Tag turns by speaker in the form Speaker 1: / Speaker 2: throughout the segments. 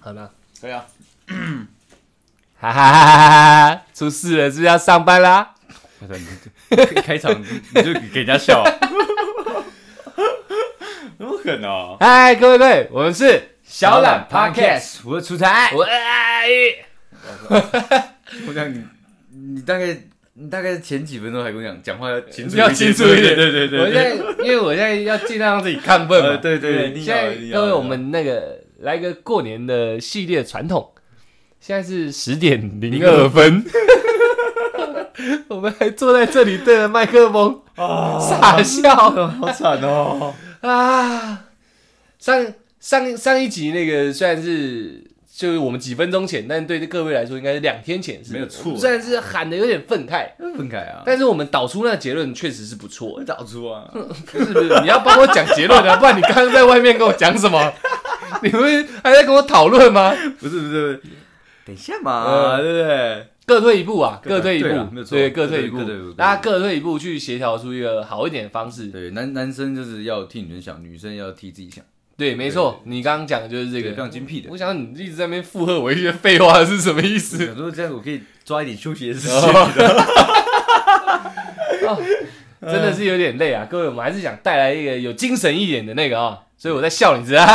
Speaker 1: 好了，
Speaker 2: 可以啊，
Speaker 3: 哈哈哈哈哈哈！出事了，是不是要上班啦？
Speaker 4: 我操，你这开场你就给人家笑 啊，
Speaker 2: 那么狠啊！
Speaker 3: 嗨，各位各位，我们是
Speaker 4: 小懒 Podcast，我是出差。
Speaker 3: 我爱
Speaker 4: 我讲你，你大概你大概前几分钟还跟我讲，讲话要清楚
Speaker 3: 呃要清楚一点
Speaker 4: 对对对
Speaker 3: 我现
Speaker 4: 对。
Speaker 3: 在因为我现在要尽量让自己看笨嘛
Speaker 4: 呃，，对对，一定
Speaker 3: 现
Speaker 4: 要
Speaker 3: 在
Speaker 4: 一定要
Speaker 3: 各位，
Speaker 4: 的
Speaker 3: 我们那个来个过年的系列传统，现在是十点零二分， 我们还坐在这里对着麦克风
Speaker 4: 啊
Speaker 3: 傻笑
Speaker 2: 好惨哦！
Speaker 3: 啊！上上上一集那个虽然是就是我们几分钟前，但对各位来说应该是两天前的事，
Speaker 4: 没有错
Speaker 3: 虽然是喊的有点愤慨，
Speaker 4: 分开啊，
Speaker 3: 但是我们导出那个结论确实是不错
Speaker 4: 我，找出 啊，
Speaker 3: 是不是？你要帮我讲结论啊，不 然你刚刚在外面跟我讲什么？ 你不是还在跟我讨论吗？
Speaker 4: 不是不是，不是等一下嘛，
Speaker 3: 呃
Speaker 4: 对不啊对？
Speaker 3: 各退一步啊，各退一步
Speaker 4: 对啊没有，错
Speaker 3: 对，各退一
Speaker 4: 各
Speaker 3: 步
Speaker 4: 退一步，
Speaker 3: 大家各退一步去协调出一个好一点的方式。
Speaker 4: 对，男男生就是要替女生想，女生要替自己想，
Speaker 3: 对，没错，你刚刚讲的就是这
Speaker 4: 这个非
Speaker 3: 个
Speaker 4: 常。精辟的。
Speaker 3: 我想你一直在那边附和我一些废话是什么意思？
Speaker 4: 想说这样我可以抓一点休息的 时间。
Speaker 3: 哦 哦真的是有点累啊，各位，我们还是想带来一个有精神一点的那个啊、所以我在笑你知道吗。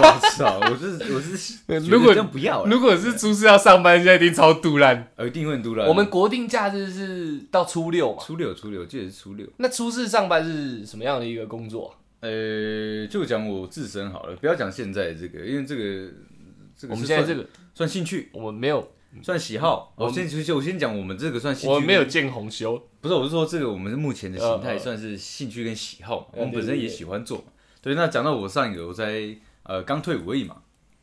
Speaker 4: 我操，我是我是，
Speaker 3: 如果
Speaker 4: 觉得这样不要了，
Speaker 3: 如果是出事要上班，现在一定超堵烂。
Speaker 4: 呃一定会读了。
Speaker 3: 我们国定假日是到初六嘛？
Speaker 4: 初六初六，我记得是初六。
Speaker 3: 那初四上班是什么样的一个工作啊、
Speaker 4: 呃，就讲我自身好了，不要讲现在这个，因为这个这
Speaker 3: 我
Speaker 4: 个是
Speaker 3: 们现在
Speaker 4: 算
Speaker 3: 这个，
Speaker 4: 算兴趣，
Speaker 3: 我们没有，
Speaker 4: 算喜好。
Speaker 3: 我
Speaker 4: 我先其实我先讲我们这个算兴趣，
Speaker 3: 我们没有见红修。
Speaker 4: 不是，我是说这个我们是目前的形态
Speaker 3: 呃
Speaker 4: 算是兴趣跟喜好嘛，
Speaker 3: 呃
Speaker 4: 我们本身也喜欢做嘛。对，那讲到我上一个我在呃刚退伍而已嘛。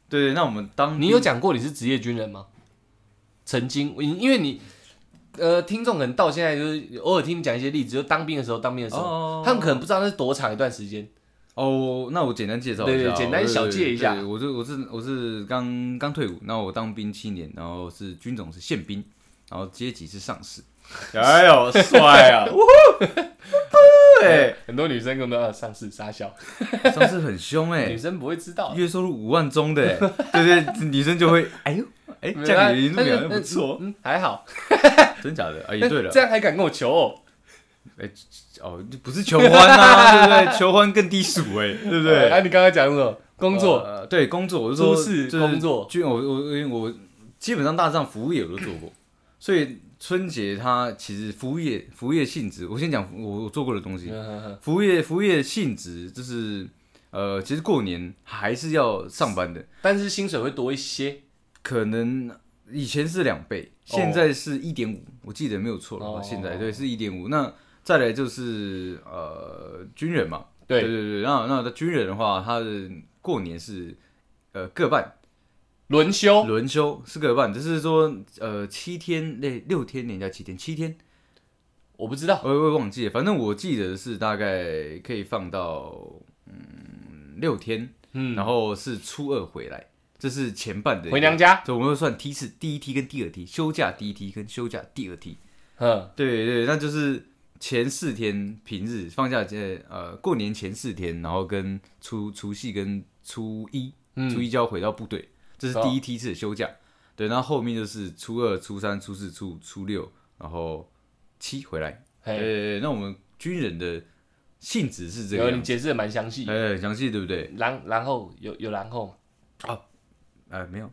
Speaker 4: 对，那我们当
Speaker 3: 你有
Speaker 4: 兵
Speaker 3: 讲过你是职业军人吗？曾经，因因为你，呃，听众可能到现在就是偶尔听你讲一些例子，就当兵的时候，当兵的时候，
Speaker 4: 哦
Speaker 3: 他们可能不知道那是多长一段时间。
Speaker 4: 哦，那我简单介绍
Speaker 3: 对
Speaker 4: 一下
Speaker 3: 对
Speaker 4: 哦，
Speaker 3: 简单小介一下
Speaker 4: 对我是我是我是刚刚退伍，那我当兵七年，然后是军种是宪兵，然后阶级是上士。
Speaker 2: 哎呦，帅 啊！
Speaker 4: 对，
Speaker 3: 很多女生跟我们啊上次傻 笑，
Speaker 4: 上士很凶哎、
Speaker 3: 女生不会知道。
Speaker 4: 月收入五万中的、欸， 对对，女生就会，哎呦，哎、
Speaker 3: 没有
Speaker 4: 这样也
Speaker 3: 但
Speaker 4: 表
Speaker 3: 是
Speaker 4: 现不错，
Speaker 3: 嗯，还好。
Speaker 4: 真假的？哎、
Speaker 3: 那
Speaker 4: 对了
Speaker 3: 嗯这，样还敢跟我求偶？
Speaker 4: 哦，就不是求欢啊， 对不对？求欢更低俗哎、对不对？
Speaker 3: 啊，你刚刚讲什么？工作？
Speaker 4: 呃对工作，我就说
Speaker 3: 都市
Speaker 4: 就是
Speaker 3: 工作
Speaker 4: 军我我因为我基本上大致上服务业我都做过，所以春节它其实服务业服务业性质，我先讲我我做过的东西，
Speaker 3: 嗯哼哼
Speaker 4: 服务业服务业性质就是呃，其实过年还是要上班的，
Speaker 3: 但是薪水会多一些。
Speaker 4: 可能以前是两倍，现在是一点五，我记得没有错的话，
Speaker 3: 哦
Speaker 4: 现在对是一点五。那再来就是呃军人嘛，对
Speaker 3: 对，
Speaker 4: 对对，那那军人的话，他的过年是呃各半
Speaker 3: 轮休。
Speaker 4: 轮休是各半，就是说呃七天那六天连假七天七天，
Speaker 3: 我不知道，
Speaker 4: 我也会忘记了，反正我记得是大概可以放到嗯六天，
Speaker 3: 嗯，
Speaker 4: 然后是初二回来，这是前半的
Speaker 3: 回娘家，
Speaker 4: 所以我们会算梯次，第一梯跟第二梯，休假第一梯跟休假第二梯。
Speaker 3: 嗯，
Speaker 4: 对对，那就是前四天平日放假节，呃，过年前四天，然后跟初除夕跟初一，
Speaker 3: 嗯啊
Speaker 4: 初一就要回到部队，这是第一梯次的休假。对，然后后面就是初二、初三、初四、初五、初六，然后七回来。对
Speaker 3: 嘿，
Speaker 4: 对对，那我们军人的性质是这
Speaker 3: 然后
Speaker 4: 个样
Speaker 3: 你
Speaker 4: 子，
Speaker 3: 解释的蛮详细，
Speaker 4: 哎，很详细，对不对？
Speaker 3: 然然后有有然后吗？
Speaker 4: 呃，没有，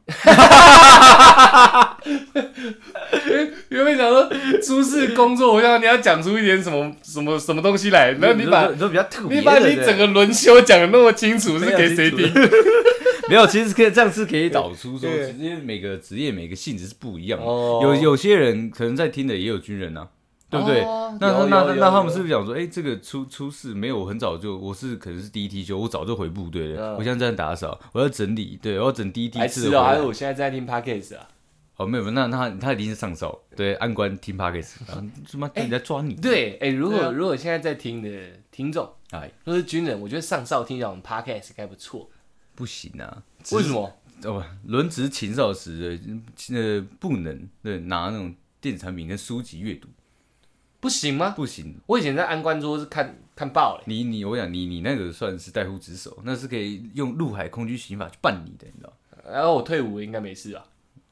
Speaker 3: 原本想说出事工作，我想你要讲出一点什么什么什么东西来，然后你把
Speaker 4: 你说比较特别
Speaker 3: 你
Speaker 4: 的，
Speaker 3: 把你
Speaker 4: 对不对
Speaker 3: 整个轮休讲的那么清楚，是给谁听？？
Speaker 4: 没有，其实可以这样是可以导出说，
Speaker 3: 对
Speaker 4: 其实每个职业每个性质是不一样的。
Speaker 3: 哦
Speaker 4: 有有些人可能在听的也有军人啊，对不对？
Speaker 3: 哦
Speaker 4: 那
Speaker 3: 有
Speaker 4: 那那
Speaker 3: 有有
Speaker 4: 那他们是不是讲说，哎，这个出出事没有？我很早就我是可能是第一梯休，我早就回部队
Speaker 3: 嗯
Speaker 4: 了。我现在在打扫，我要整理，对，我要整第一梯
Speaker 3: 白
Speaker 4: 次
Speaker 3: 痴
Speaker 4: 的
Speaker 3: 哦，还
Speaker 4: 回
Speaker 3: 有
Speaker 4: 来。
Speaker 3: 我现在在听 podcast 啊，
Speaker 4: 哦，没有，没有那那他他一定是上哨，对，按官听 p a c k a g e 然后他妈人家抓你，，
Speaker 3: 对，哎，如
Speaker 2: 对
Speaker 3: 果
Speaker 2: 啊
Speaker 3: 如果现在在听的听众
Speaker 4: 哎，
Speaker 3: 都是军人，我觉得上哨听一下我们 podcast 应该不错，
Speaker 4: 不行啊，只
Speaker 3: 为什么？
Speaker 4: 哦，轮值秦少时的呃不能对拿那种电子产品跟书籍阅读
Speaker 3: 不行吗？
Speaker 4: 不行。
Speaker 3: 我以前在安官桌是看看爆嘞，
Speaker 4: 你你我想你你那个算是代护职守，那是可以用陆海空军刑法去办你的，你知道？
Speaker 3: 然后我退伍了应该没事吧？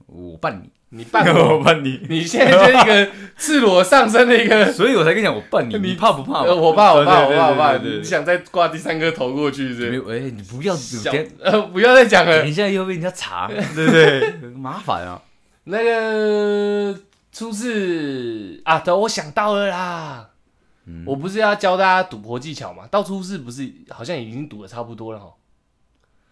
Speaker 4: 我办你，
Speaker 3: 你办
Speaker 2: 我
Speaker 3: 我，
Speaker 2: 问你，
Speaker 3: 你现在就是一个赤裸上身的一个，
Speaker 4: 所以我才跟你讲我办你，你怕不怕
Speaker 3: 呃，
Speaker 4: 嘛？
Speaker 3: 我怕，我怕，
Speaker 2: 对对对
Speaker 3: 我怕，我怕，
Speaker 2: 对对对
Speaker 3: 你想再挂第三颗头过去是不
Speaker 4: 没
Speaker 3: 是？
Speaker 4: 有，哎，你不要，
Speaker 3: 想
Speaker 4: 等
Speaker 3: 呃，不要再讲
Speaker 4: 等
Speaker 3: 了。
Speaker 4: 一下又被人 家查，
Speaker 2: 对不对？
Speaker 4: 麻烦啊！
Speaker 3: 那个出事啊，等我想到了啦。
Speaker 4: 嗯
Speaker 3: 我不是要教大家赌博技巧嘛？到初四不是好像已经赌的差不多了哈？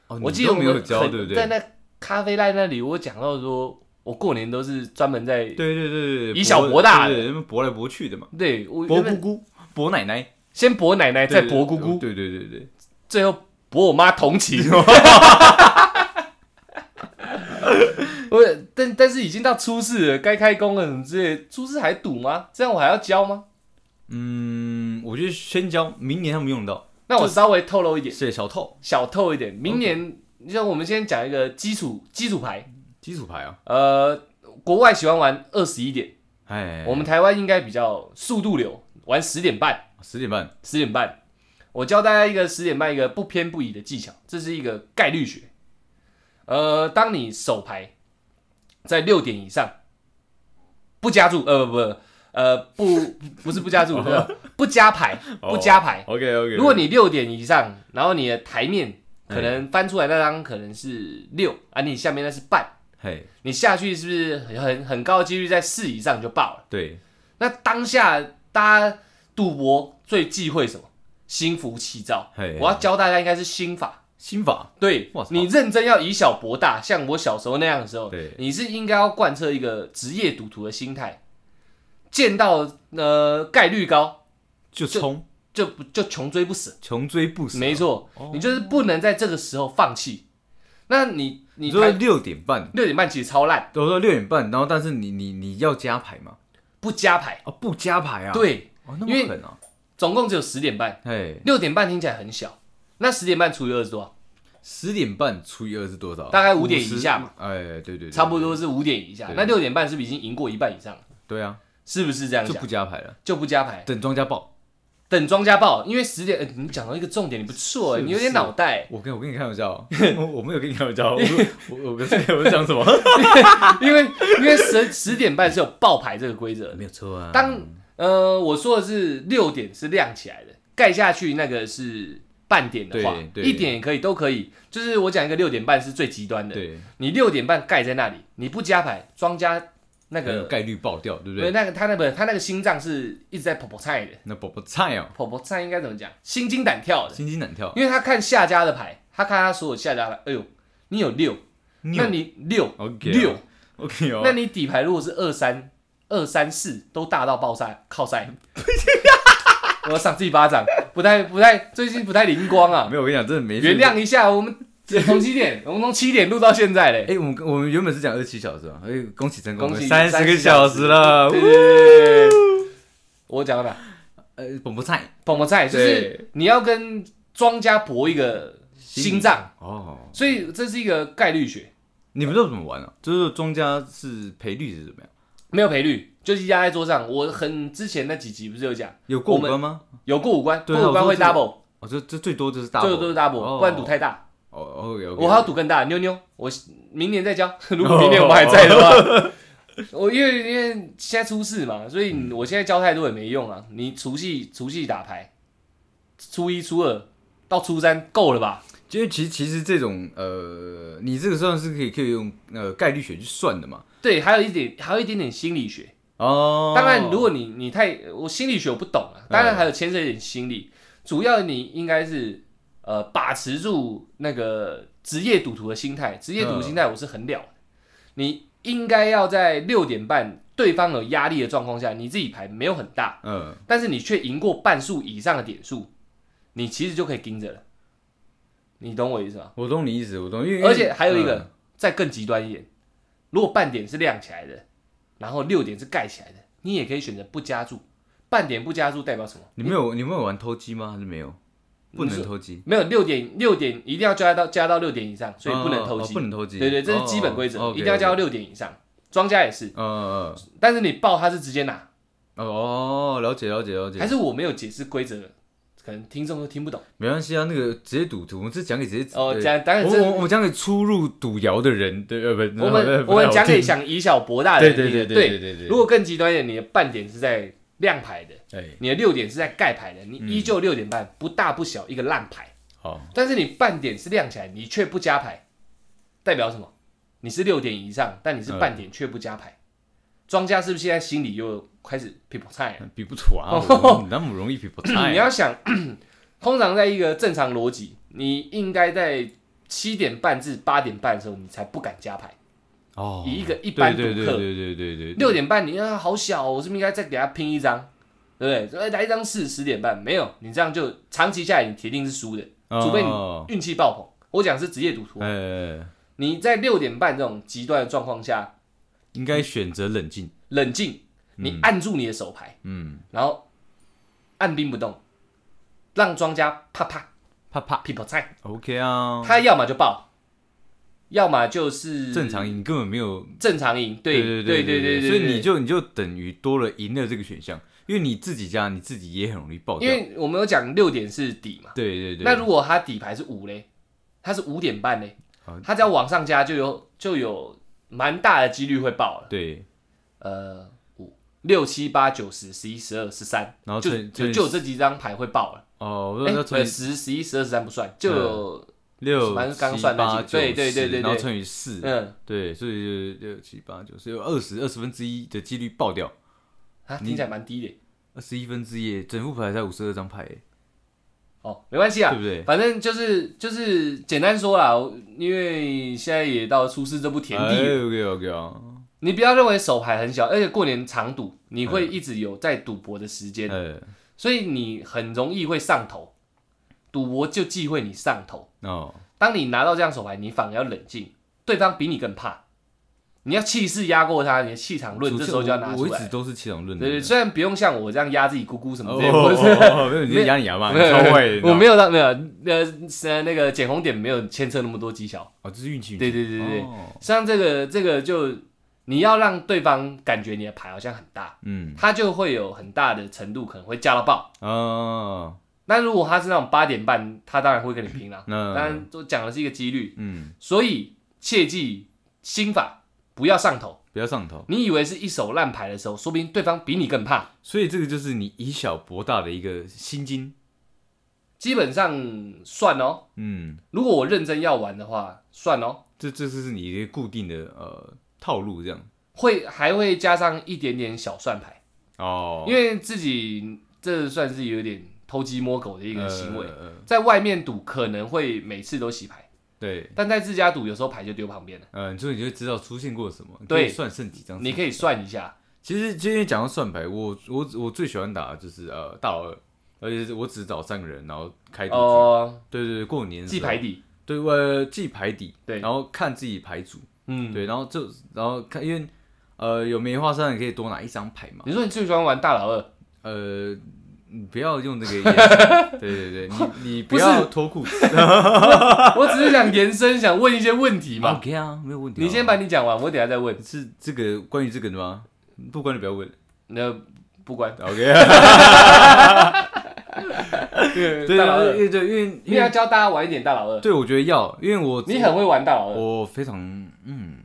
Speaker 4: 哦
Speaker 3: 我
Speaker 4: 你
Speaker 3: 记
Speaker 4: 都
Speaker 3: 得
Speaker 4: 没
Speaker 3: 我
Speaker 4: 有
Speaker 3: 们
Speaker 4: 教，
Speaker 3: 很
Speaker 4: 对不
Speaker 3: 在
Speaker 4: 对？
Speaker 3: 那咖啡赖那里，我讲到说，我过年都是专门在
Speaker 4: 对对对对，
Speaker 3: 以小博大
Speaker 4: 对，对对博来博去的嘛，
Speaker 3: 对我
Speaker 4: 博
Speaker 3: 原
Speaker 4: 姑
Speaker 3: 本
Speaker 4: 姑，博奶奶，
Speaker 3: 先博奶奶，
Speaker 4: 对
Speaker 3: 再博姑姑，
Speaker 4: 对对对对，
Speaker 3: 最后博我妈同期。 我但但是已经到初四了，该开工了，什么之类的，初四还赌吗？这样我还要教吗？
Speaker 4: 嗯，我觉得先教，明年他们用得到，
Speaker 3: 那我稍微透露一点，
Speaker 4: 是小套
Speaker 3: 小透一点，明年像我们先讲一个基础基础牌，
Speaker 4: 基础牌啊，
Speaker 3: 呃，国外喜欢玩二十一点，
Speaker 4: 哎，
Speaker 3: 我们台湾应该比较速度流，玩十点半。
Speaker 4: 十点半，
Speaker 3: 十点半，我教大家一个十点半一个不偏不倚的技巧，这是一个概率学。呃，当你手牌在六点以上不加注，呃不不呃不不是不加注， 呃不加牌不加牌。
Speaker 2: OK
Speaker 4: 哦
Speaker 2: OK，
Speaker 3: 如果你六点以上，然后你的台面可能翻出来那张可能是六啊，你下面那是半，
Speaker 4: 嘿，
Speaker 3: 你下去是不是很很很高的几率在四以上就爆了？
Speaker 4: 对，
Speaker 3: 那当下大家赌博最忌讳什么？心浮气躁。
Speaker 4: 嘿
Speaker 3: 我要教大家应该是心法。
Speaker 4: 心法，
Speaker 3: 对
Speaker 4: 哇，操
Speaker 3: 你认真要以小博大，像我小时候那样的时候
Speaker 4: 对，
Speaker 3: 你是应该要贯彻一个职业赌徒的心态，见到呃概率高
Speaker 4: 就冲，
Speaker 3: 就不就穷追不舍。
Speaker 4: 穷追不舍。
Speaker 3: 没，错，
Speaker 4: 哦
Speaker 3: 你就是不能在这个时候放弃。那你你
Speaker 4: 你说
Speaker 3: 看
Speaker 4: 六点半，
Speaker 3: 六点半其实超烂，
Speaker 4: 我说六点半，然后但是你你你要加牌嘛？
Speaker 3: 不加牌。
Speaker 4: 啊，不加牌啊？，
Speaker 3: 对，
Speaker 4: 哦，那
Speaker 3: 因为
Speaker 4: 么狠啊！
Speaker 3: 总共只有十点半，
Speaker 4: 嘿，
Speaker 3: 六点半听起来很小，那十点半除以二是多少？啊
Speaker 4: 十点半除以二是多少？
Speaker 3: 大概五点
Speaker 4: 50
Speaker 3: 以下嘛。
Speaker 4: 哎，对对对，
Speaker 3: 差不多是五点以下，
Speaker 4: 对
Speaker 3: 那六点半是不是已经赢过一半以上了？
Speaker 4: 对啊，
Speaker 3: 是不是这样
Speaker 4: 就
Speaker 3: 讲
Speaker 4: 不？加牌了，
Speaker 3: 就不加牌，
Speaker 4: 等庄家爆。
Speaker 3: 等庄家报，因为十点、呃你讲到一个重点，你不错、哎
Speaker 4: 是不
Speaker 3: 你有点脑袋，
Speaker 4: 我跟我跟你开玩 笑哦，我我没有跟你开玩笑，我啊我我跟我在讲什么？
Speaker 3: 因为因为十十点半是有爆牌这个规则的。
Speaker 4: 没有错啊
Speaker 3: 当呃我说的是六点是亮起来的，盖下去那个是半点的话，
Speaker 4: 对对
Speaker 3: 一点也可以，都可以。就是我讲一个六点半是最极端的，
Speaker 4: 对，
Speaker 3: 你六点半盖在那里，你不加牌，庄家那
Speaker 4: 那个
Speaker 3: 个
Speaker 4: 概率爆掉，嗯对不
Speaker 3: 对
Speaker 4: 对？
Speaker 3: 那个他那个他那个心脏是一直在跑跑菜的。
Speaker 4: 那宝宝菜哦，
Speaker 3: 婆婆菜应该怎么讲？心惊胆跳的，
Speaker 4: 心惊胆跳。
Speaker 3: 因为他看下家的牌，他看他所有下家牌，哎呦，你有六，那你六
Speaker 4: OK 啊
Speaker 3: 六，
Speaker 4: OK 哦，
Speaker 3: 那你底牌如果是二三二三四都大到爆晒靠 晒，我要赏自己巴掌，不太不太最近不太灵光啊，
Speaker 4: 没有，我跟你讲，真的没事
Speaker 3: 原谅一下我们从几点？ 我们从七点录到现在嘞，
Speaker 4: 哎、我们我们原本是讲二十七小时啊，哎、恭喜成功，
Speaker 3: 恭喜
Speaker 4: 三十个
Speaker 3: 30
Speaker 4: 小时了。
Speaker 3: 对对对对对我讲到哪？
Speaker 4: 呃，本不菜
Speaker 3: 捧捧菜就是
Speaker 4: 对
Speaker 3: 你要跟庄家搏一个心脏，
Speaker 4: 哦，
Speaker 3: 所以这是一个概率学。
Speaker 4: 你们都怎么玩啊？就是庄家是赔率是怎么样？
Speaker 3: 没有赔率，就是压在桌上。我很之前那几集不是有讲，
Speaker 4: 有过
Speaker 3: 我
Speaker 4: 五
Speaker 3: 们
Speaker 4: 关吗？
Speaker 3: 有过五关，
Speaker 4: 对啊
Speaker 3: 过五关会
Speaker 4: 我说这个
Speaker 3: double，
Speaker 4: 哦，这这最多就是大，
Speaker 3: 最后都是 double，
Speaker 4: 哦
Speaker 3: 不然赌太大。
Speaker 4: 哦，OK OK，哦
Speaker 3: 我还要赌更大，妞妞，我明年再教。 如果明年我们还在的话，我因为因为现在出事嘛，所
Speaker 4: 嗯
Speaker 3: 以我现在教太多也没用啊。你除夕除夕打牌，初一初二到初三够了吧？
Speaker 4: 因为其实其实这种呃，你这个算是可以可以用呃概率学去算的嘛。
Speaker 3: 对，还有一点，还有一点点心理学。
Speaker 4: 哦，
Speaker 3: 当然，如果你你太我心理学我不懂啊，当然还有牵涉一点心理，主要你应该是呃把持住那个职业赌徒的心态，职业赌徒心态我是很了的，你应该要在六点半对方有压力的状况下，你自己牌没有很大，
Speaker 4: 嗯，
Speaker 3: 但是你却赢过半数以上的点数，你其实就可以盯着了，你懂我意思吗？
Speaker 4: 我懂你意思，我懂，因为
Speaker 3: 而且还有一个、
Speaker 4: 嗯
Speaker 3: 再更极端一点，如果半点是亮起来的，然后六点是盖起来的，你也可以选择不加注。半点不加注代表什么？
Speaker 4: 你们有你们有玩偷鸡吗？还是没有？不能偷鸡，
Speaker 3: 没有六点，六点一定要加到加到六点以上，所以不能
Speaker 4: 哦
Speaker 3: 偷
Speaker 4: 哦
Speaker 3: 鸡。
Speaker 4: 不能偷鸡。
Speaker 3: 对对，这是基本规则，
Speaker 4: 哦哦
Speaker 3: 一定要加到
Speaker 4: OK，OK
Speaker 3: 六点以上。庄家也是，
Speaker 4: 嗯嗯
Speaker 3: 但是你爆他是直接拿，
Speaker 4: 嗯，哦，了解了解了解
Speaker 3: 还。是我没有解释规则可能听众都听不懂。
Speaker 4: 没关系啊，那个直接赌徒，我们是讲给直接
Speaker 3: 哦
Speaker 4: 呃
Speaker 3: 讲当然
Speaker 4: 我
Speaker 3: 这
Speaker 4: 我我们讲给初入赌窑的人，对呃不，
Speaker 3: 我们
Speaker 4: 不
Speaker 3: 我们
Speaker 4: 太好
Speaker 3: 讲给
Speaker 4: 听
Speaker 3: 想以小博大的人
Speaker 4: 对
Speaker 3: 听的
Speaker 4: 对对对对对对
Speaker 3: 如果更极端一点，你的半点是在亮牌的，
Speaker 4: 哎
Speaker 3: 你的六点是在盖牌的，你依旧六点半，不大不小一个烂牌，
Speaker 4: 好
Speaker 3: 但是你半点是亮起来，你却不加牌，代表什么？你是六点以上，但你是半点却不加牌，庄家是不是现在心里又开始 people 菜了？
Speaker 4: 比不妥啊，我们那么容易比不差
Speaker 3: 哦你
Speaker 4: 呀，
Speaker 3: 要想， 通常在一个正常逻辑，你应该在七点半至八点半的时候，你才不敢加牌。
Speaker 4: 哦
Speaker 3: 以一个一
Speaker 4: 对
Speaker 3: 般赌
Speaker 4: 对对
Speaker 3: 客
Speaker 4: 对对对对，
Speaker 3: 六点半你啊好小、哦，我是不是应该再给他拼一张？对不对？哎来一张四十点半，没有你这样就长期下来你铁定是输的，除非你
Speaker 4: 哦
Speaker 3: 运气爆棚。我讲是职业赌徒，
Speaker 4: 呃
Speaker 3: 你在六点半这种极端的状况下，
Speaker 4: 应该选择冷静，
Speaker 3: 冷静，你按住你的手牌，
Speaker 4: 嗯，
Speaker 3: 然后按兵不动，让庄家啪啪
Speaker 4: 啪啪
Speaker 3: 劈跑菜，
Speaker 4: ，OK 啊，
Speaker 3: 他要么就爆，要么就是
Speaker 4: 正常赢，你根本没有
Speaker 3: 正常赢，对
Speaker 4: 对对
Speaker 3: 对
Speaker 4: 所以你就你就等于多了赢了这个选项，因为你自己家你自己也很容易爆
Speaker 3: 因
Speaker 4: 掉。
Speaker 3: 为我们有讲六点是底嘛，
Speaker 4: 对对对，
Speaker 3: 那如果他底牌是五嘞，他是五点半嘞
Speaker 4: 好，
Speaker 3: 他只要往上加就有就有蛮大的几率会爆了。
Speaker 4: 对，
Speaker 3: 呃，五六七八九十十一十二十三，
Speaker 4: 然后
Speaker 3: 就
Speaker 4: 乘
Speaker 3: 就
Speaker 4: 乘以
Speaker 3: 就有这几张牌会爆了。
Speaker 4: 哦，我说
Speaker 3: 哎
Speaker 4: 要乘以
Speaker 3: 十十一十二十三不算，就有
Speaker 4: 六
Speaker 3: 反正
Speaker 4: 七
Speaker 3: 刚算那
Speaker 4: 八
Speaker 3: 几
Speaker 4: 九
Speaker 3: 对对对对
Speaker 4: 十然后
Speaker 3: 对
Speaker 4: 乘以四，
Speaker 3: 嗯
Speaker 4: 对，所以就六七八九十有二十二十分之一的几率爆掉，
Speaker 3: 啊，听起来蛮低的耶。
Speaker 4: 二十一分之一耶，整副牌才五十二张牌耶，
Speaker 3: 哦，没关系啊，
Speaker 4: 对不对
Speaker 3: 反正就是就是简单说啦，我因为现在也到出师这步田地了，
Speaker 4: ，OK OK 啊，
Speaker 3: 你不要认为手牌很小，而且过年常赌，你
Speaker 4: 嗯
Speaker 3: 会一直有在赌博的时间。
Speaker 4: 呃，
Speaker 3: 所以你很容易会上头。赌博就忌讳你上头。
Speaker 4: 哦，
Speaker 3: 当你拿到这样手牌，你反而要冷静，对方比你更怕，你要气势压过他，你的气场论
Speaker 4: 主
Speaker 3: 这
Speaker 4: 持
Speaker 3: 时候就要
Speaker 4: 我
Speaker 3: 拿
Speaker 4: 我
Speaker 3: 出
Speaker 4: 一直
Speaker 3: 来。
Speaker 4: 都是七场论
Speaker 3: 对对，
Speaker 4: 的，
Speaker 3: 虽然不用像我这样压自己姑姑什么
Speaker 4: 哦，
Speaker 3: 之类的，我是
Speaker 4: 哦没有，你是压你牙嘛，你超会，
Speaker 3: 我没
Speaker 4: 有，
Speaker 3: 有到没有呃是那个捡红点没有牵扯那么多技巧。
Speaker 4: 哦，这是运气，运
Speaker 3: 对
Speaker 4: 气
Speaker 3: 对对对对
Speaker 4: 哦
Speaker 3: 像这个这个就你要让对方感觉你的牌好像很大，
Speaker 4: 嗯，
Speaker 3: 他就会有很大的程度可能会加到爆。
Speaker 4: 哦，
Speaker 3: 那如果他是那种八点半，他当然会跟你拼了。
Speaker 4: 嗯
Speaker 3: 当然，都讲的是一个几率，
Speaker 4: 嗯，
Speaker 3: 所以切记心法，不要上头。
Speaker 4: 不要上头。
Speaker 3: 你以为是一手烂牌的时候，说不定对方比你更怕。
Speaker 4: 所以这个就是你以小博大的一个心经。
Speaker 3: 基本上算哦，
Speaker 4: 嗯，
Speaker 3: 如果我认真要玩的话，算哦，
Speaker 4: 这这就是你一个固定的呃套路这样。
Speaker 3: 会还会加上一点点小算牌，
Speaker 4: 哦，
Speaker 3: 因为自己这算是有点偷鸡摸狗的一个行为。
Speaker 4: 呃呃呃
Speaker 3: 在外面赌可能会每次都洗牌，
Speaker 4: 对，
Speaker 3: 但在自家赌有时候牌就丢旁边了，
Speaker 4: 嗯，所以你就会知道出现过什么，
Speaker 3: 对
Speaker 4: 可以算剩几张。
Speaker 3: 你可以算一下。
Speaker 4: 其实今天讲到算牌，我我我最喜欢打的就是呃大老二，而且是我只找三个人，然后开赌局。
Speaker 3: 哦，
Speaker 4: 对对对，过年的时
Speaker 3: 记
Speaker 4: 候
Speaker 3: 牌，底，
Speaker 4: 对，呃，记牌底，
Speaker 3: 对
Speaker 4: 然后看自己牌组，
Speaker 3: 嗯，
Speaker 4: 对，然后就然后看，因为呃有梅花三的可以多拿一张牌嘛。
Speaker 3: 你说你最喜欢玩大老二？
Speaker 4: 呃，你不要用 这个眼神，对对对，你你不要
Speaker 3: 不
Speaker 4: 脱裤子
Speaker 3: 我只是想延伸，想问一些问题嘛。
Speaker 4: ，OK 啊，没有问题啊。
Speaker 3: 你先把你讲完，我等一下再问。
Speaker 4: 是这个关于这个的吗？不关就不 要问
Speaker 3: 那不关，
Speaker 4: ，OK 啊。
Speaker 3: 对
Speaker 4: 对
Speaker 3: 大老
Speaker 4: 对
Speaker 3: 二，
Speaker 4: 对对，因为
Speaker 3: 你
Speaker 4: 因
Speaker 3: 要
Speaker 4: 为
Speaker 3: 教大家玩一点大老二。
Speaker 4: 对我觉得要，因为我
Speaker 3: 你很会玩大老二，
Speaker 4: 我非常嗯，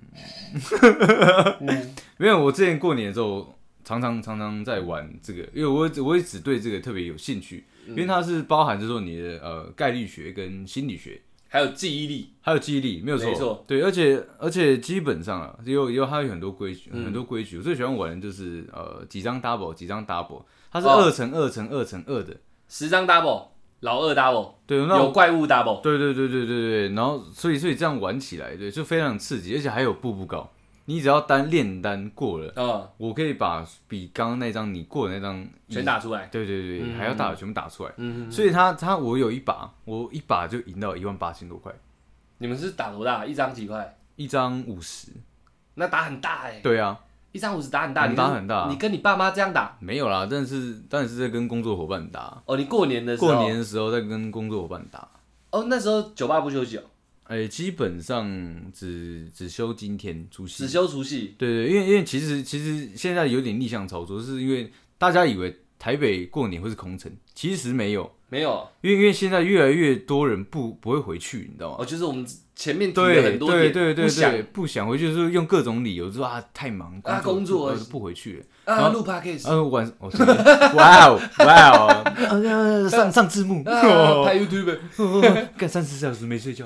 Speaker 3: 嗯
Speaker 4: 没有，我之前过年的时候常常常常在玩这个，因为我我也只对这个特别有兴趣，
Speaker 3: 嗯
Speaker 4: 因为它是包含就是说你的呃概率学跟心理学。
Speaker 3: 还有记忆力。
Speaker 4: 还有记忆力，没有错，
Speaker 3: 没错
Speaker 4: 对，而且而且基本上啊，也有也有它有很多规矩，
Speaker 3: 嗯
Speaker 4: 很多规矩。我最喜欢玩的就是呃几张 double 几张 double，它是
Speaker 3: 哦
Speaker 4: 二乘二乘二乘二的，
Speaker 3: 十张 double，老二 double，
Speaker 4: 对，那
Speaker 3: 有
Speaker 4: 我
Speaker 3: 怪物 double，
Speaker 4: 对对对对对对，然后所以所以这样玩起来，对，就非常刺激，而且还有步步高，你只要单炼单过了，
Speaker 3: 嗯，
Speaker 4: 我可以把比刚刚那张你过的那张
Speaker 3: 全，打出来。
Speaker 4: 对对对，
Speaker 3: 嗯
Speaker 4: 还要打的全部打出来。
Speaker 3: 嗯，
Speaker 4: 所以他他我有一把，我一把就赢到一万八千多块，
Speaker 3: 你们是打多大？一张几块？
Speaker 4: 一张五十，
Speaker 3: 那打很大哎，
Speaker 4: 对啊，
Speaker 3: 一张五十打很大，
Speaker 4: 很
Speaker 3: 你
Speaker 4: 大
Speaker 3: 跟
Speaker 4: 很大啊
Speaker 3: 你跟你爸妈这样打，
Speaker 4: 没有啦，但是但是在跟工作伙伴打，
Speaker 3: 哦，你过年的时候，
Speaker 4: 过年的时候在跟工作伙伴打，
Speaker 3: 哦，那时候酒吧不休息哦，
Speaker 4: 哎、基本上只只休今天除夕
Speaker 3: 只，休除夕。
Speaker 4: 对对，因为因为其实其实现在有点逆向操作，是因为大家以为台北过年会是空城，其实没有，
Speaker 3: 没有
Speaker 4: 因为因为现在越来越多人不不会回去，你知道吗？
Speaker 3: 哦，就是我们前面提了
Speaker 4: 对
Speaker 3: 很多
Speaker 4: 对
Speaker 3: 点，
Speaker 4: 对对
Speaker 3: 不想
Speaker 4: 对，不想回去就是用各种理由说啊太忙
Speaker 3: 啊工作
Speaker 4: 呃不回去了，
Speaker 3: 啊，录 podcast
Speaker 4: 呃晚哦真的哇哦哇 哦呃呃，上上字幕，
Speaker 3: 啊，拍 YouTube，
Speaker 4: 干三十小时没睡觉，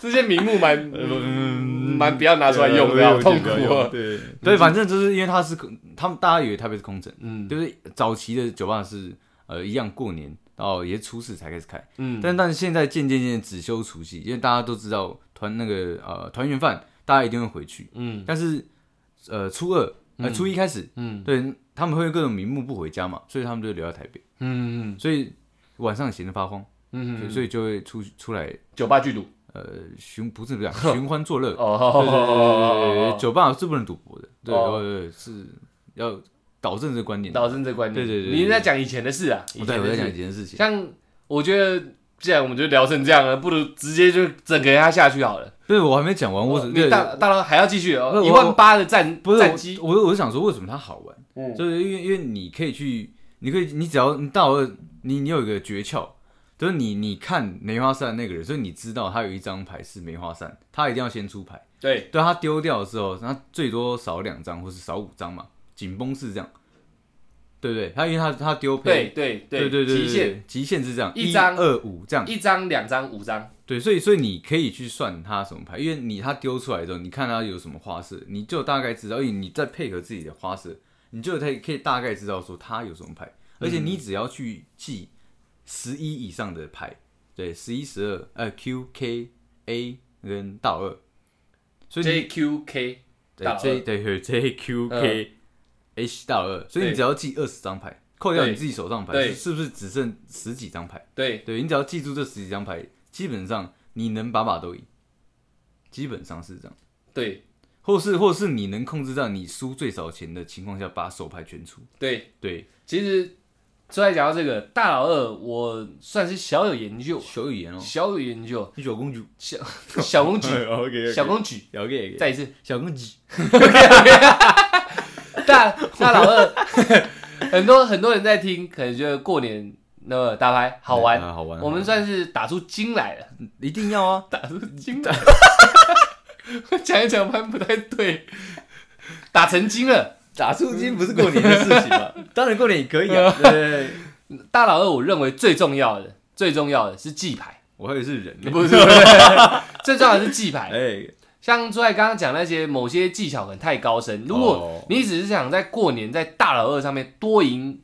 Speaker 3: 这些名 目蛮嗯蛮不要拿出来用
Speaker 4: 啊
Speaker 3: 的，好
Speaker 2: 对
Speaker 3: 痛苦哦。
Speaker 2: 对，
Speaker 4: 对，反正就是因为他是他们大家以为台北是空城，
Speaker 3: 嗯
Speaker 4: 就是早期的酒吧是呃一样过年，然后也是初四才开始开，
Speaker 3: 嗯，
Speaker 4: 但但是现在渐渐渐只休除夕，因为大家都知道团那个呃团圆饭，大家一定会回去，
Speaker 3: 嗯
Speaker 4: 但是呃初二呃初一开始，
Speaker 3: 嗯
Speaker 4: 对他们会有各种名目不回家嘛，所以他们就留在台北，
Speaker 3: 嗯
Speaker 4: 所以晚上闲得发慌，
Speaker 3: 嗯
Speaker 4: 所以
Speaker 3: 嗯，
Speaker 4: 所以就会出出来
Speaker 3: 酒吧剧毒
Speaker 4: 呃寻不是 不是啊寻欢作乐，对对对对对对
Speaker 3: 哦，
Speaker 4: 酒吧是不能赌博的，对
Speaker 3: 哦
Speaker 4: 对对对是要导正这个观念 的，
Speaker 3: 导正这观念，
Speaker 4: 对对对对
Speaker 3: 你是在讲以前的事啊，以
Speaker 4: 我
Speaker 3: 前
Speaker 4: 在
Speaker 3: 的
Speaker 4: 我在
Speaker 3: 事
Speaker 4: 讲一件事情，
Speaker 3: 像我觉得，既然我们就聊成这样了，不如直接就整个压下去好了。
Speaker 4: 对我还没讲完，我只
Speaker 3: 哦因
Speaker 4: 对
Speaker 3: 为大大佬还要继续
Speaker 4: 不
Speaker 3: 哦，一
Speaker 4: 是我
Speaker 3: 万八的战
Speaker 4: 不是
Speaker 3: 战机，
Speaker 4: 我，我我是想说，为什么它好玩？
Speaker 3: 嗯
Speaker 4: 就是因为因为你可以去，你可以，你只要你到了，你你有一个诀窍，就是你你看梅花扇那个人，所以你知道他有一张牌是梅花扇，他一定要先出牌。
Speaker 3: 对，
Speaker 4: 对他丢掉的时候，他最多少两张，或是少五张嘛。紧绷是这样，对不对？他因为他他丢
Speaker 3: 对
Speaker 4: 配，
Speaker 3: 对
Speaker 4: 对对对，
Speaker 3: 极限
Speaker 4: 极限是这样，
Speaker 3: 一张
Speaker 4: 二五这样。
Speaker 3: 一张、两张、五张，
Speaker 4: 对，所以所以你可以去算它什么牌，因为你它丢出来之后，你看它有什么花色，你就大概知道，而且你再配合自己的花色，你就可以可以大概知道说它有什么牌，而且你
Speaker 3: 嗯
Speaker 4: 只要去记十一以上的牌，对，十一、十二，呃，Q、K、A 跟到二，所以你
Speaker 3: JQK
Speaker 4: 对
Speaker 3: 到
Speaker 4: J 对 J Q K H 到二，所以你
Speaker 3: 嗯对
Speaker 4: 只要记二十张牌，扣掉
Speaker 3: 对
Speaker 4: 你自己手上牌，
Speaker 3: 对
Speaker 4: 是是不是只剩十几张牌？
Speaker 3: 对，
Speaker 4: 对你只要记住这十几张牌，基本上你能把把都赢，基本上是这样，
Speaker 3: 对
Speaker 4: 或是或是你能控制到你输最少钱的情况下把手牌全出。
Speaker 3: 对。
Speaker 4: 对，
Speaker 3: 其实虽然讲到这个大佬二，我算是小有研究，
Speaker 4: 小语言哦，
Speaker 3: 小有研 究，
Speaker 4: 小公主，
Speaker 3: 小小公 举，
Speaker 2: OK，
Speaker 3: 小公举，
Speaker 4: 小给
Speaker 3: 再一次，
Speaker 4: 小公主，
Speaker 3: 大大老二， 很多很多人在听，可能觉得过年那个打牌好玩，
Speaker 4: 啊好玩，
Speaker 3: 我们
Speaker 4: 好玩
Speaker 3: 算是打出精来 了，
Speaker 4: 一定要啊，
Speaker 3: 打出精 来，讲一讲蛮不太对，打成精了。
Speaker 4: 打出金不是过年的事情嘛， 当然过年也可以啊。 对对，对
Speaker 3: 大老二，我认为最重要的，最重要的是记牌，
Speaker 4: 我还以为是 人呢，
Speaker 3: 不是，不是最重要的是记牌。
Speaker 4: 哎，
Speaker 3: 像朱爱刚刚讲那些某些技巧可能太高深，如果
Speaker 4: 哦
Speaker 3: 你只是想在过年在大老二上面多赢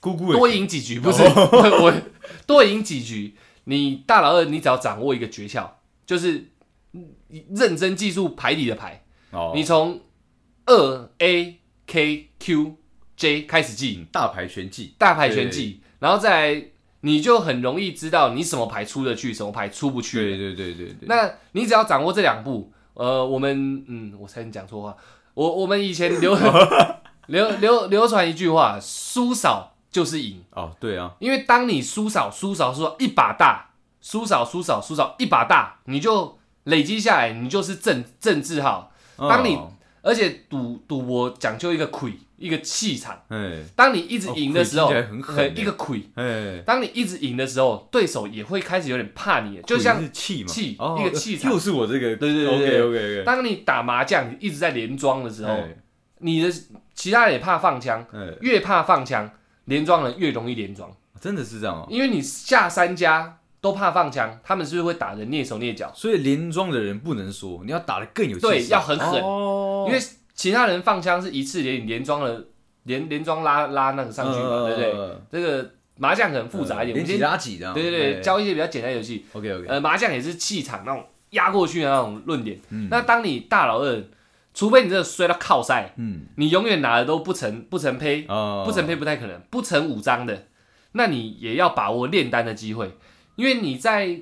Speaker 4: 姑姑
Speaker 3: 多赢几局
Speaker 4: 哦
Speaker 3: 不是 我多赢几局，你大老二你只要掌握一个诀窍，就是认真记住牌里的牌，
Speaker 4: 哦，
Speaker 3: 你从二 A K Q J 开始记，
Speaker 4: 嗯大牌全记，
Speaker 3: 大牌全记，然后再来你就很容易知道你什么牌出得去，什么牌出不去。
Speaker 4: 对对对对对，
Speaker 3: 那你只要掌握这两步，呃，我们嗯，我差点讲错话，我我们以前流 流流流传一句话，输少就是赢。
Speaker 4: 哦对啊，
Speaker 3: 因为当你输少输少输少一把大，输少输少输少一把大，你就累积下来，你就是正正字号。当你
Speaker 4: 哦
Speaker 3: 而且赌赌博讲究一个亏，一个气场。
Speaker 4: 哎
Speaker 3: 当你 一直赢的时候，
Speaker 4: 哦亏听起来很狠耶
Speaker 3: 一个亏。
Speaker 4: 哎，
Speaker 3: 当你一直赢的时候，对手也会开始有点怕你，就像
Speaker 4: 鬼是气嘛，
Speaker 3: 气
Speaker 4: 哦
Speaker 3: 一个气场
Speaker 4: 又是我这
Speaker 3: 对
Speaker 4: 个，
Speaker 3: 对对对
Speaker 4: o k OK OK，
Speaker 3: 当你打麻将一直在连庄的时候，
Speaker 4: 哎
Speaker 3: 你的其他人也怕放枪，
Speaker 4: 哎，
Speaker 3: 越怕放枪，连庄人越容易连庄，
Speaker 4: 真的是这样哦。
Speaker 3: 因为你下三家都怕放枪，他们是不是会打人蹑手蹑脚？
Speaker 4: 所以连庄的人不能说，你要打的更有气
Speaker 3: 对，
Speaker 4: 势，
Speaker 3: 要很狠，
Speaker 4: 哦
Speaker 3: 因为其他人放枪是一次连连装了，连连装拉拉那个上去
Speaker 4: 嗯
Speaker 3: 嘛，对不对？
Speaker 4: 对？
Speaker 3: 这个麻将可能复杂一点，我
Speaker 4: 呃连
Speaker 3: 们
Speaker 4: 几
Speaker 3: 先
Speaker 4: 拉几哎这样，
Speaker 3: 对对对，教一些比较简单的游戏。
Speaker 4: OK OK，
Speaker 3: 呃，麻将也是气场那种压过去的那种论点。
Speaker 4: 嗯
Speaker 3: 那当你大老二，除非你真的摔到靠塞，
Speaker 4: 嗯
Speaker 3: 你永远拿的都不成不成胚，
Speaker 4: 啊，
Speaker 3: 不成胚不太可能，不成五张的，那你也要把握炼丹的机会，因为你在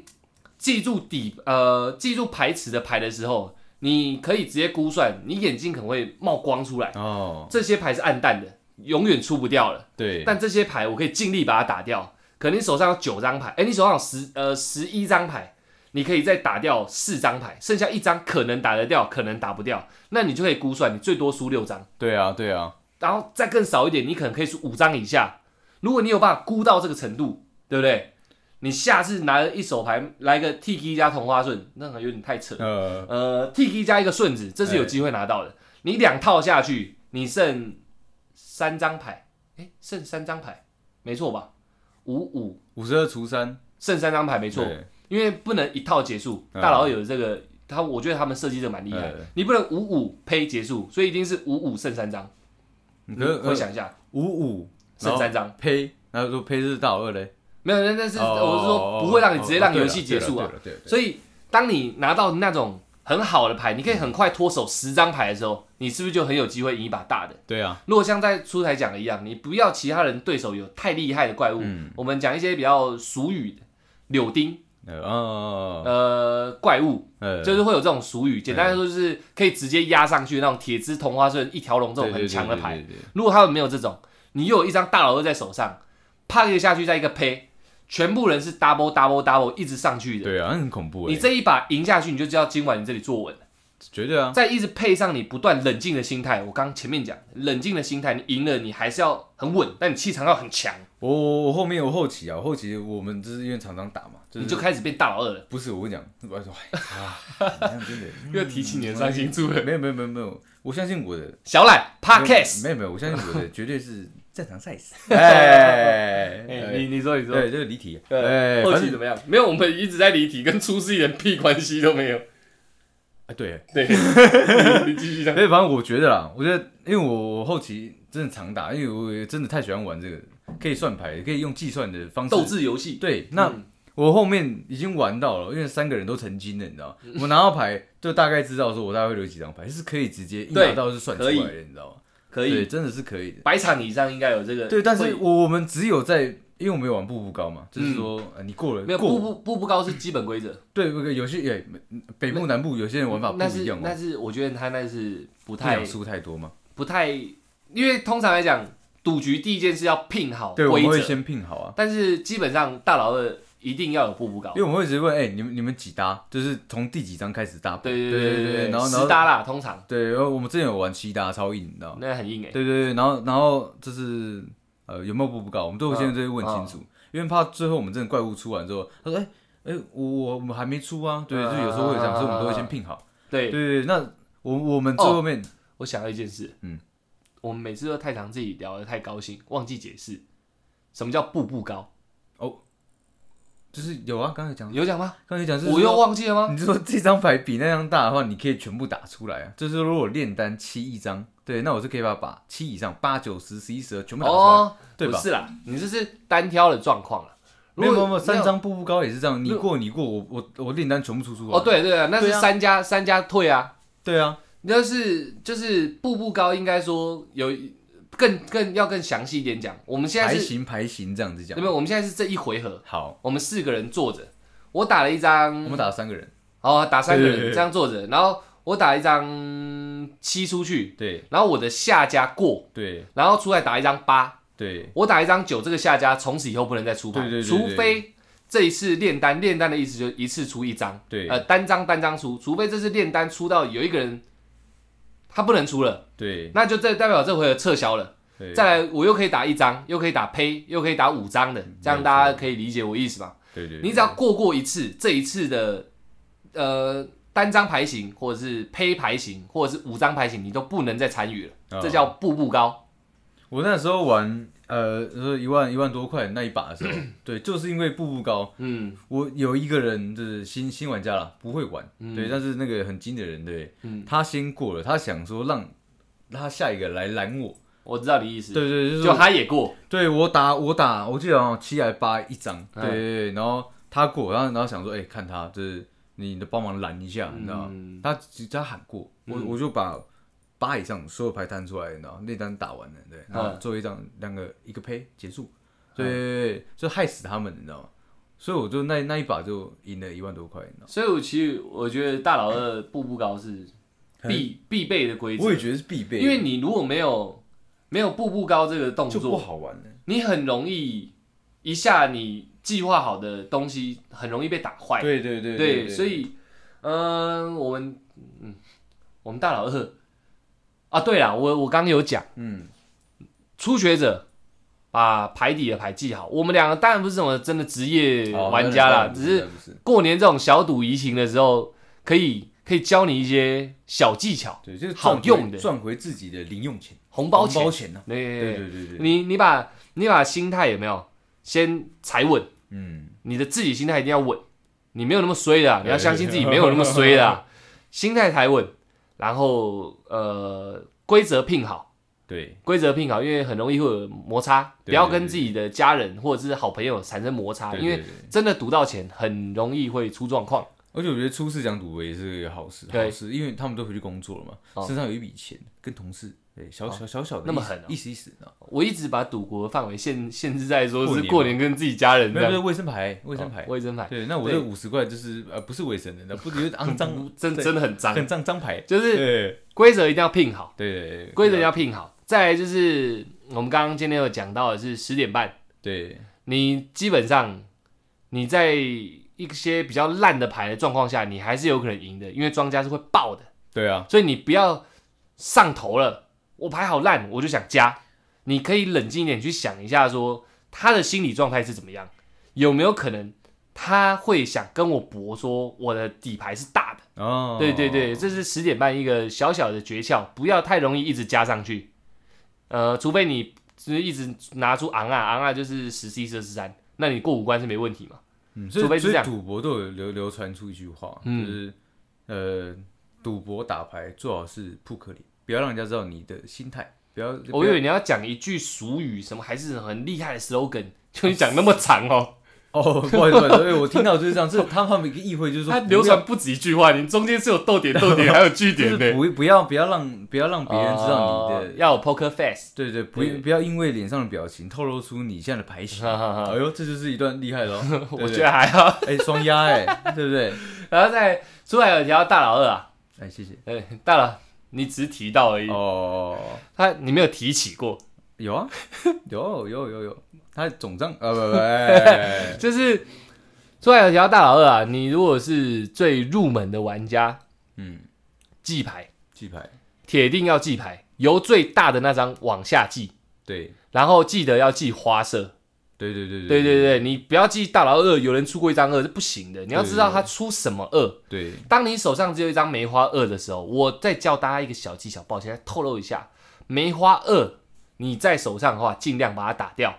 Speaker 3: 记住底呃记住牌池的牌的时候，你可以直接估算，你眼睛可能会冒光出来，
Speaker 4: 哦，
Speaker 3: 这些牌是暗淡的，永远出不掉了，
Speaker 4: 对，
Speaker 3: 但这些牌我可以尽力把它打掉，可能你手上有九张牌，哎、你手上有十呃十一张牌。你可以再打掉四张牌，剩下一张可能打得掉，可能打不掉，那你就可以估算你最多输六张。
Speaker 4: 对啊对啊，
Speaker 3: 然后再更少一点，你可能可以输五张以下，如果你有办法估到这个程度，对不对？你下次拿一手牌来个 T K 加同花顺，那个有点太扯。
Speaker 2: 呃，
Speaker 3: 呃，T K 加一个顺子，这是有机会拿到的。你两套下去，你剩三张牌，哎，剩三张牌，没错吧？五五
Speaker 4: 五十二除三，
Speaker 3: 剩三张牌，没错。
Speaker 4: 对
Speaker 3: 因为不能一套结束，
Speaker 4: 嗯
Speaker 3: 大佬有这个，他我觉得他们设计的蛮厉害的
Speaker 4: 嗯，
Speaker 3: 你不能五五胚结束，所以一定是五五剩三张，
Speaker 4: 你
Speaker 3: 你
Speaker 4: 可
Speaker 3: 回
Speaker 4: 呃是
Speaker 3: 嗯想一下，
Speaker 4: 五五
Speaker 3: 剩三张，
Speaker 4: 胚，然后说胚是大老二嘞，
Speaker 3: 没有，那那是
Speaker 4: 哦
Speaker 3: 我是说不会让你直接让
Speaker 4: 哦对
Speaker 3: 游
Speaker 4: 了
Speaker 3: 戏结束啊
Speaker 4: 对，了对了对了
Speaker 3: 所以当你拿到那种很好的牌，你可以很快脱手十张牌的时候，你是不是就很有机会赢一把大的？
Speaker 4: 对啊，
Speaker 3: 如果像在出台讲的一样，你不要其他人对手有太厉害的怪物，
Speaker 4: 嗯
Speaker 3: 我们讲一些比较俗语的柳丁
Speaker 4: 呃哦，
Speaker 3: 呃怪物，
Speaker 4: 呃
Speaker 3: 就是会有这种俗语，简单来说就是可以直接压上去那种铁枝同花顺一条龙这种很强的牌。，如果他们没有这种，你又有一张大老二在手上，啪一个下去再一个呸，全部人是 double double double 一直上去
Speaker 4: 对对对对对
Speaker 3: 的。
Speaker 4: 对啊，那很恐怖欸，
Speaker 3: 你这一把赢下去，你就知道今晚你这里坐稳了。
Speaker 4: 绝对啊，
Speaker 3: 再一直配上你不断冷静的心态，我刚前面讲冷静的心态，你赢了你还是要很稳，但你气场要很强，
Speaker 4: 我我我后面我后期啊，我后期我们就是因为常常打嘛，就是
Speaker 3: 你就开始变大老二了。
Speaker 4: 不是我跟你讲，我说哎啊， 你看真的
Speaker 3: 又嗯提起你的伤 心处了，
Speaker 4: 没有没有没有没有，我相信我的
Speaker 3: 小懒 podcast，
Speaker 4: 没有没有，我相信我的绝对是正常 size。哎，
Speaker 3: 哎你你说你说，
Speaker 4: 对，这个离题。
Speaker 3: 对，
Speaker 4: 哎，
Speaker 3: 后
Speaker 4: 反
Speaker 3: 期
Speaker 4: 正
Speaker 3: 怎么样？没有，我们一直在离题，跟出师一点屁关系都没有。
Speaker 4: 啊对，
Speaker 3: 对， 你继续讲。
Speaker 4: 哎，反正我觉得啦，我觉得因为我我后期真的常打，因为我也真的太喜欢玩这个，可以算牌，可以用计算的方 式
Speaker 3: 斗智嗯游戏，
Speaker 4: 对，那、我后面已经玩到了，因为三个人都成精了，你知道吗？
Speaker 3: 嗯
Speaker 4: 我拿到牌就大概知道说我大概会留几张牌，是可以直接一
Speaker 3: 对
Speaker 4: 拿到就算出来
Speaker 3: 可
Speaker 4: 的，你知道吗？
Speaker 3: 可
Speaker 4: 对，
Speaker 3: 以
Speaker 4: 真的是可以的。
Speaker 3: 百场以上应该有这个。
Speaker 4: 对，但
Speaker 3: 会
Speaker 4: 是我我们只有在，因为我没有玩步步高嘛，就是说、呃你过了
Speaker 3: 嗯没有
Speaker 4: 过
Speaker 3: 步步步步高是基本规则，
Speaker 4: 对，不有些也北部南部有些人玩法不
Speaker 3: 那
Speaker 4: 一
Speaker 3: 是
Speaker 4: 样嘛
Speaker 3: 那，是我觉得他那是不
Speaker 4: 不
Speaker 3: 太
Speaker 4: 想输太多嘛。
Speaker 3: 不太，因为通常来讲，赌局第一件事要拼好
Speaker 4: 对，我
Speaker 3: 规
Speaker 4: 们会
Speaker 3: 则，
Speaker 4: 先拼好啊，
Speaker 3: 但是基本上大佬二一定要有步步高
Speaker 4: 因。为我们会直接问，哎、你们你们几搭？就是从第几张开始搭？
Speaker 3: 对
Speaker 4: 对
Speaker 3: 对
Speaker 4: 对
Speaker 3: 对
Speaker 4: 然后然
Speaker 3: 十
Speaker 4: 后
Speaker 3: 搭啦，通常
Speaker 4: 对，然后我们之前有玩七搭超硬，你知道吗？
Speaker 3: 那很硬哎。
Speaker 4: 对对对，然后然后就是呃有没有步步高，我们
Speaker 3: 嗯
Speaker 4: 都会现在都会问清楚，因为怕最后我们真的怪物出完之后，他说哎哎、我我我们还没出啊，对，
Speaker 3: 嗯
Speaker 4: 就有时候会这样，所以我们都会
Speaker 3: 嗯哦
Speaker 4: 先拼好。
Speaker 3: 对，
Speaker 4: 对对对，那我我们最后面、
Speaker 3: 我想到一件事，
Speaker 4: 嗯，
Speaker 3: 我们每次都太常自己聊得太高兴，忘记解释什么叫步步高，
Speaker 4: 就是有啊，刚才讲
Speaker 3: 有讲吗？
Speaker 4: 刚才讲就是
Speaker 3: 我又
Speaker 4: 说。嗯
Speaker 3: 忘记了吗？
Speaker 4: 你就说这张牌比那张大的话，你可以全部打出来啊。就是如果炼丹七一张，对，那我就可以把把七以上八九十十一十二全部打出来，
Speaker 3: 哦，
Speaker 4: 对
Speaker 3: 不
Speaker 4: 吧？
Speaker 3: 是啦，你这是单挑的状况了。
Speaker 4: 没有没有没有，
Speaker 3: 你要
Speaker 4: 三张步步高也是这样，你
Speaker 3: 如
Speaker 4: 过你过，我我我炼丹全部出出来。
Speaker 3: 哦，对对啊，那是
Speaker 4: 对啊
Speaker 3: 三加、三加退啊，
Speaker 4: 对啊，
Speaker 3: 那是就是步步高，应该说有更更要更详细一点讲。我们现在
Speaker 4: 排
Speaker 3: 是
Speaker 4: 行排行这样子讲
Speaker 3: 没。有，我们现在是这一回合，
Speaker 4: 好，
Speaker 3: 我们四个人坐着，我打了一张
Speaker 4: 我，们打了三个人，
Speaker 3: 哦打三个
Speaker 4: 对对
Speaker 3: 人
Speaker 4: 对
Speaker 3: 这样坐着，然后我打一张七出去，
Speaker 4: 对
Speaker 3: 然后我的下家过，
Speaker 4: 对
Speaker 3: 然后出来打一张八，
Speaker 4: 对
Speaker 3: 我打一张九，这个下家从此以后不能再出牌，
Speaker 4: 对对对
Speaker 3: 除非这一次炼丹，炼丹的意思就是一次出一张，
Speaker 4: 对
Speaker 3: 呃，单张单张出，除非这次炼丹出到有一个人他不能出了，
Speaker 4: 对
Speaker 3: 那就这代表这回合撤销了。
Speaker 4: 对，
Speaker 3: 再来，我又可以打一张，又可以打胚，又可以打五张的，这样
Speaker 4: 没错
Speaker 3: 大家可以理解我意思吧？
Speaker 4: 对对，
Speaker 3: 你只要过过一次，这一次的呃单张牌型，或者是胚牌型，或者是五张牌型，你都不能再参与了，
Speaker 4: 哦
Speaker 3: 这叫步步高。
Speaker 4: 我那时候玩呃，说一万一万多块那一把的 时候，对，就是因为步步高，
Speaker 3: 嗯，
Speaker 4: 我有一个人就是新新玩家啦，不会玩，对，但是那个很精的人，对，他先过了，他想说让他下一个来拦我，
Speaker 3: 我知道你意思，
Speaker 4: 对对，就是
Speaker 3: 就
Speaker 4: 说
Speaker 3: 他也过。
Speaker 4: 对我打我打，我记得好像七还八一张，对对对，然后他过，然后然后想说，哎、看他就是你的帮忙拦一下，你知道吗？他只他喊过，我、
Speaker 3: 嗯
Speaker 4: 我就把八以上所有牌摊出来，你知道吗那单打完了，对，然
Speaker 3: 嗯
Speaker 4: 后最后一张两个一个胚结束，对对对，就害死他们，你知道吗？所以我就那那一把就赢了一万多块，你知道吗？
Speaker 3: 所以，我其实我觉得大佬二步步高是必必备的规则
Speaker 4: 我，也觉得是必备，
Speaker 3: 因为你如果没有没有步步高这个动
Speaker 4: 就不
Speaker 3: 作，
Speaker 4: 好玩了。
Speaker 3: 你很容易一下你计划好的东西很容易被打坏。
Speaker 4: 对对对
Speaker 3: 对所以，嗯，我们嗯，我们大佬呃二啊，对啦，我我刚有讲
Speaker 4: 嗯，
Speaker 3: 初学者把牌底的牌记好。我们两个当然不是什么真的职业玩家啦，
Speaker 4: 哦
Speaker 3: 只是
Speaker 4: 不是
Speaker 3: 过年这种小赌怡情的时候，可以可以教你一些小技巧，
Speaker 4: 对，就是
Speaker 3: 好
Speaker 4: 赚回
Speaker 3: 用的
Speaker 4: 赚回自己的零用钱、
Speaker 3: 红包
Speaker 4: 红
Speaker 3: 钱
Speaker 4: 包。钱呢、
Speaker 3: 对
Speaker 4: 对对对对，
Speaker 3: 你你把你把心态有没有先踩稳？
Speaker 4: 嗯，
Speaker 3: 你的自己心态一定要稳，你没有那么衰的啊、你要
Speaker 2: 对
Speaker 3: 相信自己没有那么衰的 啊、心态才稳。然后呃，规则拼好，
Speaker 4: 对，
Speaker 3: 规则拼好，因为很容易会有摩擦，不
Speaker 4: 对
Speaker 3: 要跟自己的家人或者是好朋友产生摩擦，
Speaker 4: 对
Speaker 3: 因为
Speaker 4: 对对
Speaker 3: 真的赌到钱很容易会出状况。
Speaker 4: 而且我觉得初次讲赌博也是个好事，
Speaker 3: 对
Speaker 4: 好事，因为他们都回去工作了嘛，
Speaker 3: 哦
Speaker 4: 身上有一笔钱，跟同事，对，小小小小的意思，
Speaker 3: 那么狠哦
Speaker 4: 意思意思啊，
Speaker 3: 我一直把赌博的范围限限制在说
Speaker 4: 过
Speaker 3: 是
Speaker 4: 年
Speaker 3: 过年跟自己家人这
Speaker 4: 没有，
Speaker 3: 样
Speaker 4: 没，有卫生牌，卫生牌
Speaker 3: 哦，卫生牌，
Speaker 4: 对，那我
Speaker 3: 对，
Speaker 4: 这五十块就是呃，不是卫生的，那不是有点肮脏
Speaker 3: 真
Speaker 4: 对
Speaker 3: 真的很脏，
Speaker 4: 很脏脏牌，
Speaker 3: 就是
Speaker 4: 对
Speaker 3: 规则一定要拼好。
Speaker 4: 对对，对
Speaker 3: 规则要拼好。再来就是我们刚刚今天有讲到的是十点半，
Speaker 4: 对
Speaker 3: 你基本上你在一些比较烂的牌的状况下，你还是有可能赢的，因为庄家是会爆的，
Speaker 4: 对啊，
Speaker 3: 所以你不要上头了。我牌好烂，我就想加。你可以冷静一点去想一下说他的心理状态是怎么样，有没有可能他会想跟我搏，说我的底牌是大的。
Speaker 4: 哦，
Speaker 3: 对对对，这是十点半一个小小的诀窍，不要太容易一直加上去。呃，除非你就是一直拿出昂啊昂啊，就是十 C 十三，那你过五关是没问题嘛？
Speaker 4: 嗯，所以
Speaker 3: 除非是
Speaker 4: 所
Speaker 3: 这
Speaker 4: 以
Speaker 3: 样
Speaker 4: 赌博都有流流传出一句话，就
Speaker 3: 嗯
Speaker 4: 是呃，赌博打牌最好是扑克脸，不要让人家知道你的心态，不要，不
Speaker 3: 我以
Speaker 4: 要
Speaker 3: 为你要讲一句俗语，什么还是很厉害的 slogan，就你讲那么长哦，
Speaker 4: 哦，不好意思，不好意思对，我听到就是这样，这他他们一个意会就是说，
Speaker 3: 它流传不止一句话，你中间是有逗点、逗点，还有句
Speaker 4: 不要
Speaker 3: 点
Speaker 4: 就是
Speaker 3: 的，
Speaker 4: 不不要不要让不要让别人知道你
Speaker 3: 哦
Speaker 4: 的，
Speaker 3: 要有 poker face，
Speaker 4: 对对，不
Speaker 3: 对
Speaker 4: 不要因为脸上的表情透露出你现在的牌 型。
Speaker 3: 哈哈哈
Speaker 4: 哎呦，这就是一段厉害的哦，
Speaker 3: 我觉
Speaker 4: 得
Speaker 3: 得还好。
Speaker 4: 哎双压 哎，对不对？
Speaker 3: 然后再出来有提到大老二啊，
Speaker 4: 哎，谢谢。
Speaker 3: 呃，大佬你只是提到而已，
Speaker 4: 哦，
Speaker 3: 他你没有提起过。
Speaker 4: 有啊，有有有有，他总账啊不不哎，
Speaker 3: 就是出来有条大老二啊，你如果是最入门的玩家，
Speaker 4: 嗯，
Speaker 3: 记牌
Speaker 4: 记牌，
Speaker 3: 铁定要记牌，由最大的那张往下记，
Speaker 4: 对
Speaker 3: 然后记得要记花色。
Speaker 4: 对对对
Speaker 3: 对
Speaker 4: 对
Speaker 3: 对对，你不要记大老二，有人出过一张二是不行的，你要知道
Speaker 4: 对
Speaker 3: 他出什么二。
Speaker 4: 对，
Speaker 3: 当你手上只有一张梅花二的时候，我再教大家一个小技巧，抱歉，再透露一下，梅花二你在手上的话，尽量把它打掉，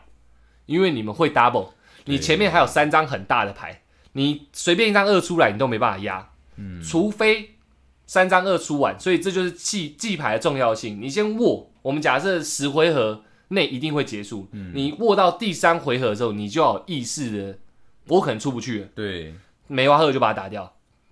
Speaker 3: 因为你们会 double，你前面还有三张很大的牌，你随便一张二出来，你都没办法压，
Speaker 4: 嗯
Speaker 3: 除非三张二出完，所以这就是记记牌的重要性。你先握，我们假设十回合内一定会结束，你握到第三回合的时候，你就要有意识的，我可能出不去了，
Speaker 4: 对。
Speaker 3: 梅花二就把它打掉，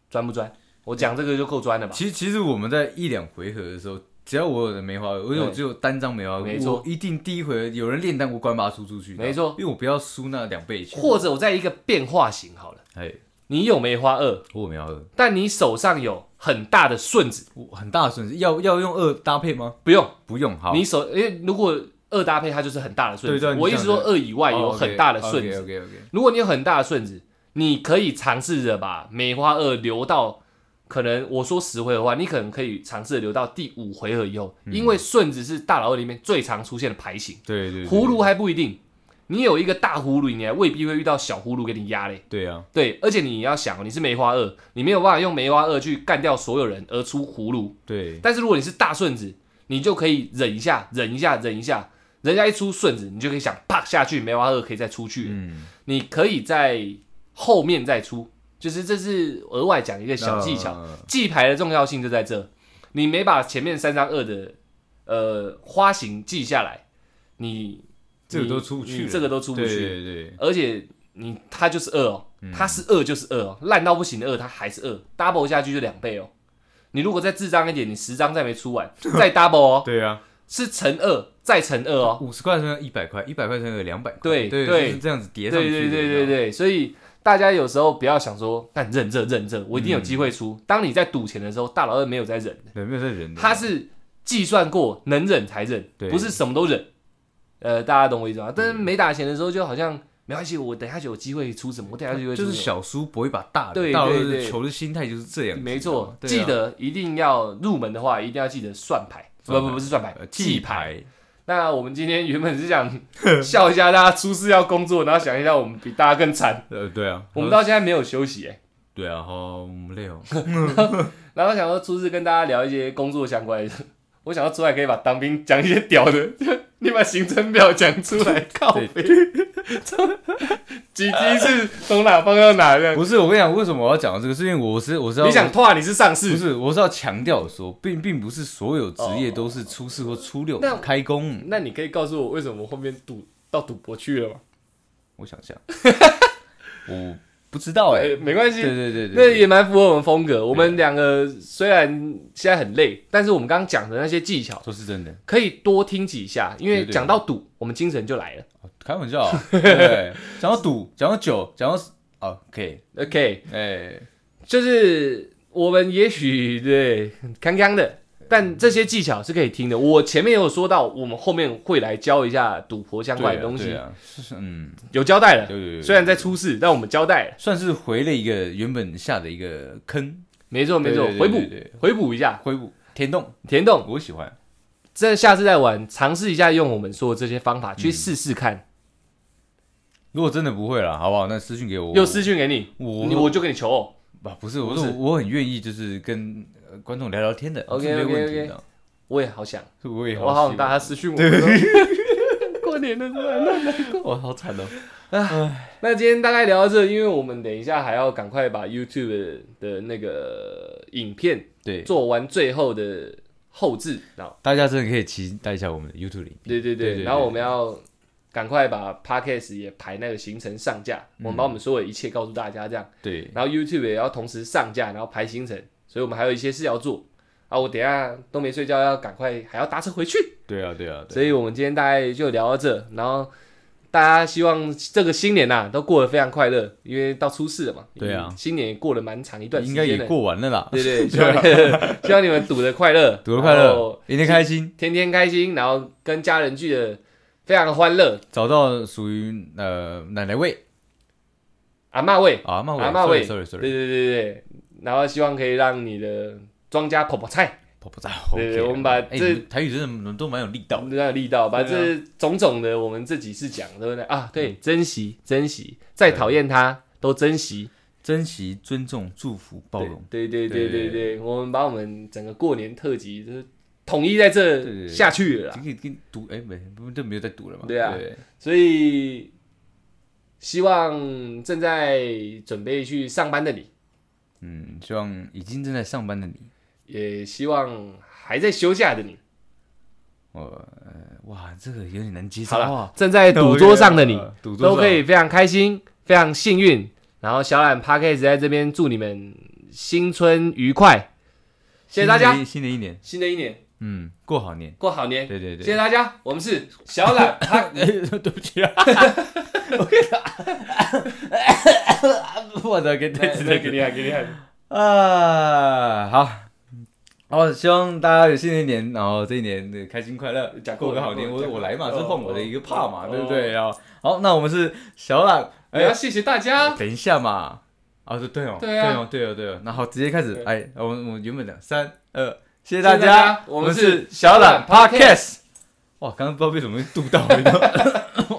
Speaker 3: 钻不钻？我讲这个就够钻了吧？
Speaker 4: 其实其实我们在一两回合的时候，只要我有的梅花二，因为我
Speaker 3: 对
Speaker 4: 只有单张梅花二，
Speaker 3: 没错
Speaker 4: 我一定第一回合有人炼丹，我管把它输出去，
Speaker 3: 没错
Speaker 4: 因为我不要输那两倍钱。
Speaker 3: 或者我在一个变化型好了，
Speaker 4: 哎，
Speaker 3: 你有梅花二，
Speaker 4: 我有梅花二，
Speaker 3: 但你手上有很大的顺子，
Speaker 4: 我很大的损失，要要用二搭配吗？
Speaker 3: 不用。
Speaker 4: 不用，好，
Speaker 3: 你手，因为如果二搭配，它就是很大的顺子。
Speaker 4: 对对你哦
Speaker 3: 我一直说
Speaker 4: 这
Speaker 3: 二以外有很大的顺子。
Speaker 4: OK OK，
Speaker 3: 如果你有很大的顺子，你可以尝试着把梅花二留到可能我说十回合的话，你可能可以尝试着留到第五回合以后，
Speaker 4: 嗯
Speaker 3: 因为顺子是大老二里面最常出现的牌型。
Speaker 4: 对对，对
Speaker 3: 葫芦，还不一定，你有一个大葫芦，你还未必会遇到小葫芦给你压嘞。
Speaker 4: 对啊，
Speaker 3: 对，而且你要想哦，你是梅花二，你没有办法用梅花二去干掉所有人而出葫芦。
Speaker 4: 对
Speaker 3: 但是如果你是大顺子，你就可以忍一下，忍一下，忍一下。人家一出顺子，你就可以想啪下去，梅花二可以再出去。
Speaker 4: 嗯，
Speaker 3: 你可以在后面再出，就是这是额外讲一个小技巧。
Speaker 4: 嗯
Speaker 3: 记牌的重要性就在这，你没把前面三张二的呃花型记下来，你
Speaker 4: 这个
Speaker 3: 你
Speaker 4: 都出不去
Speaker 3: 你
Speaker 4: 了
Speaker 3: 这个都出不
Speaker 4: 对
Speaker 3: 去。
Speaker 4: 对嗯对，
Speaker 3: 而且你它就是二哦，它是二就是二哦，烂到不行的二它还是二，double 下去就两倍哦。你如果再智障一点，你十张再没出完， 再 double 哦，
Speaker 4: 对啊，
Speaker 3: 是乘二再乘二哦。
Speaker 4: 五十块乘一百块，一百块乘两百块，
Speaker 3: 对
Speaker 4: 对
Speaker 3: 对
Speaker 4: 就是这样子叠
Speaker 3: 对
Speaker 4: 上去的，
Speaker 3: 对对对
Speaker 4: 对，
Speaker 3: 对，所以大家有时候不要想说，但忍这忍这，我一定有机会出。当你在赌钱的时候，大老二没有在忍，
Speaker 4: 对，没有在忍的，
Speaker 3: 他是计算过，能忍才忍，
Speaker 4: 对嗯
Speaker 3: 不是什么都忍。呃，大家懂我意思吗？但是没打钱的时候，就好像没关系，我等一下就有机会出什么，我等一下就会出
Speaker 4: 就
Speaker 3: 什
Speaker 4: 是
Speaker 3: 么。
Speaker 4: 小输搏一把大的，
Speaker 3: 对
Speaker 4: 大佬
Speaker 3: 对
Speaker 4: 的
Speaker 3: 对
Speaker 4: 球的心态就是这样子，
Speaker 3: 没错，
Speaker 4: 对啊
Speaker 3: 记得一定要入门的话，一定要记得算牌，不
Speaker 4: 算
Speaker 3: 不
Speaker 4: 牌
Speaker 3: 不是算牌
Speaker 4: 呃，
Speaker 3: 记
Speaker 4: 记。牌，
Speaker 3: 那我们今天原本是想 笑一下大家出事要工作，然后想一下我们比大家更惨，
Speaker 4: 呃，对啊，
Speaker 3: 我们到现在没有休息哎、
Speaker 4: 对啊，好 累哦。
Speaker 3: 然后想说初次跟大家聊一些工作相关的，我想要出来可以把当兵讲一些屌的，你把行程表讲出 来，靠
Speaker 4: 对
Speaker 3: 背，几级是从哪放到哪的？
Speaker 4: 不是，我跟你讲，为什么我要讲到这个？是因为我是我是要
Speaker 3: 你想啊拓你是上
Speaker 4: 不
Speaker 3: 士，
Speaker 4: 是，我是要强调说，并并不是所有职业都是初四或初六
Speaker 3: 那
Speaker 4: 开工。
Speaker 3: 哦那你可以告诉我为什么后面赌到赌博去了吗？
Speaker 4: 我想 想，我不知道哎、
Speaker 3: 哎、没关系
Speaker 4: 对，对对
Speaker 3: 那
Speaker 4: 对，
Speaker 3: 也蛮符合我们风格。我们两个虽然现在很累，但是我们刚刚讲的那些技巧
Speaker 4: 都是真的，
Speaker 3: 可以多听几下，因为
Speaker 4: 对对
Speaker 3: 讲到赌，我们精神就来了。
Speaker 4: 开玩笑、 啊。对，讲到赌，讲到酒，讲到哦，可以，
Speaker 3: OK，
Speaker 4: 哎、
Speaker 3: 就是我们也许对刚刚的，
Speaker 4: 嗯
Speaker 3: 但这些技巧是可以听的。我前面有说到，我们后面会来教一下赌博相
Speaker 4: 对
Speaker 3: 关
Speaker 4: 啊
Speaker 3: 的东西，
Speaker 4: 对啊是嗯，
Speaker 3: 有交代了。
Speaker 4: 有有有，
Speaker 3: 虽然在出事，但我们交代了，
Speaker 4: 算是回了一个原本下的一个坑，
Speaker 3: 没错没错，
Speaker 4: 对对对
Speaker 3: 回补
Speaker 4: 对对
Speaker 3: 回补一下。
Speaker 4: 恢复填洞，
Speaker 3: 田栋，
Speaker 4: 我喜欢。
Speaker 3: 这下次再玩，尝试一下用我们说的这些方法去试试看。
Speaker 4: 如果真的不会了，好不好？那私信给我，
Speaker 3: 又私讯给你，
Speaker 4: 嗯我
Speaker 3: 你我就跟你求偶。
Speaker 4: 啊，不是，
Speaker 3: 不
Speaker 4: 我说
Speaker 3: 是
Speaker 4: 我很愿意，就是跟呃观众聊聊天的
Speaker 3: OK，
Speaker 4: 是没有问题
Speaker 3: OK，OK
Speaker 4: 的。
Speaker 3: 我也好想，
Speaker 4: 是我也
Speaker 3: 我好
Speaker 4: 哎希
Speaker 3: 想大
Speaker 4: 望
Speaker 3: 家私 讯我。我说过年的时候很难
Speaker 4: 我好惨哦。
Speaker 3: 那今天大概聊到这，因为我们等一下还要赶快把 YouTube 的那个影片
Speaker 4: 对，
Speaker 3: 做完最后的后置，然后
Speaker 4: 大家真的可以期待一下我们的 YouTube 里。
Speaker 3: 对对
Speaker 4: 对
Speaker 3: 对，
Speaker 4: 对
Speaker 3: 然后我们要赶快把 Podcast 也排那个行程上架，我们把我们所有的一切告诉大家这样，
Speaker 4: 对，
Speaker 3: 然后 YouTube 也要同时上架，然后排行程，所以我们还有一些事要做。啊，我等一下都没睡觉，要赶快还要搭车回去，
Speaker 4: 对啊，对啊，
Speaker 3: 所以我们今天大概就聊到这，然后大家希望这个新年呐、都过得非常快乐，因为到初四了嘛。
Speaker 4: 对啊
Speaker 3: 嗯新年也过了蛮长一段时
Speaker 4: 应该
Speaker 3: 间
Speaker 4: 也
Speaker 3: 了。
Speaker 4: 过完了啦，
Speaker 3: 对对，希望希望你们赌的快乐，
Speaker 4: 赌得快
Speaker 3: 然
Speaker 4: 乐
Speaker 3: 后，
Speaker 4: 每天开心，
Speaker 3: 天天开心，然后跟家人聚的非常欢乐。
Speaker 4: 找到属于呃奶奶味
Speaker 3: 阿嬷味，
Speaker 4: 啊，骂我，
Speaker 3: 阿嬷味
Speaker 4: s o r r y
Speaker 3: 对
Speaker 4: sorry，
Speaker 3: 对对对对，然后希望可以让你的庄家跑跑菜，
Speaker 4: 婆婆在。
Speaker 3: 对
Speaker 4: OK
Speaker 3: 我们把
Speaker 4: 哎
Speaker 3: 这
Speaker 4: 你们台语真的都蛮有力道的。
Speaker 3: 让有力道，把
Speaker 4: 对啊嗯
Speaker 3: 这种种的我们这几次讲，对不对啊？对，珍惜珍惜，再讨厌他都珍惜。
Speaker 4: 珍惜、尊重、祝福、包容。
Speaker 3: 对对对对
Speaker 4: 对
Speaker 3: 对，我们把我们整个过年特辑就是统一在
Speaker 4: 对
Speaker 3: 这
Speaker 4: 对对
Speaker 3: 下去了
Speaker 4: 这
Speaker 3: 啦，
Speaker 4: 个跟读哎没不就没有在读了嘛？
Speaker 3: 啊对啊所以希望正在准备去上班的你，
Speaker 4: 嗯，希望已经正在上班的你，
Speaker 3: 也希望还在休假的你，
Speaker 4: 我呃哇，这个有点难接受啊
Speaker 3: 好了
Speaker 4: 哇，
Speaker 3: 正在赌桌上 的你
Speaker 4: 呃赌桌
Speaker 3: 都
Speaker 4: 上
Speaker 3: 可以非常开心，非常幸运。然后小懒 p a c k a g e 在这边祝你们新春愉快，谢谢大
Speaker 4: 新
Speaker 3: 家，
Speaker 4: 的一新的一年，
Speaker 3: 新的一年
Speaker 4: 嗯，过好年。
Speaker 3: 过好年，
Speaker 4: 对对对
Speaker 3: 谢谢大家，我们是小懒 p a
Speaker 4: 对 不 起啊，我的给 对对对，
Speaker 3: 给哎你喊，给你喊。
Speaker 4: 啊，好，哦，希望大家有新的一年，然后这一年呃开心快乐，
Speaker 3: 讲过
Speaker 4: 过个
Speaker 3: 了
Speaker 4: 好年，
Speaker 3: 过
Speaker 4: 我
Speaker 3: 了
Speaker 4: 我来嘛，
Speaker 3: 哦
Speaker 4: 这奉我的一个怕嘛，
Speaker 3: 哦
Speaker 4: 对不对？然后好，那我们是小懒，
Speaker 3: 也哎要谢谢大家。
Speaker 4: 等一下嘛，啊，对对哦，
Speaker 3: 对啊
Speaker 4: 哦，对哦，对哦，那好，直接开始
Speaker 3: 对，
Speaker 4: 哎，我们我们原本的三二，谢谢
Speaker 3: 谢
Speaker 4: 大
Speaker 3: 谢大
Speaker 4: 家
Speaker 3: 家，我
Speaker 4: 我
Speaker 3: 们
Speaker 4: 们
Speaker 3: 是
Speaker 4: 是小懒
Speaker 3: 小懒
Speaker 4: Podcast，哇，刚刚不知道为什么会嘟到，你知道吗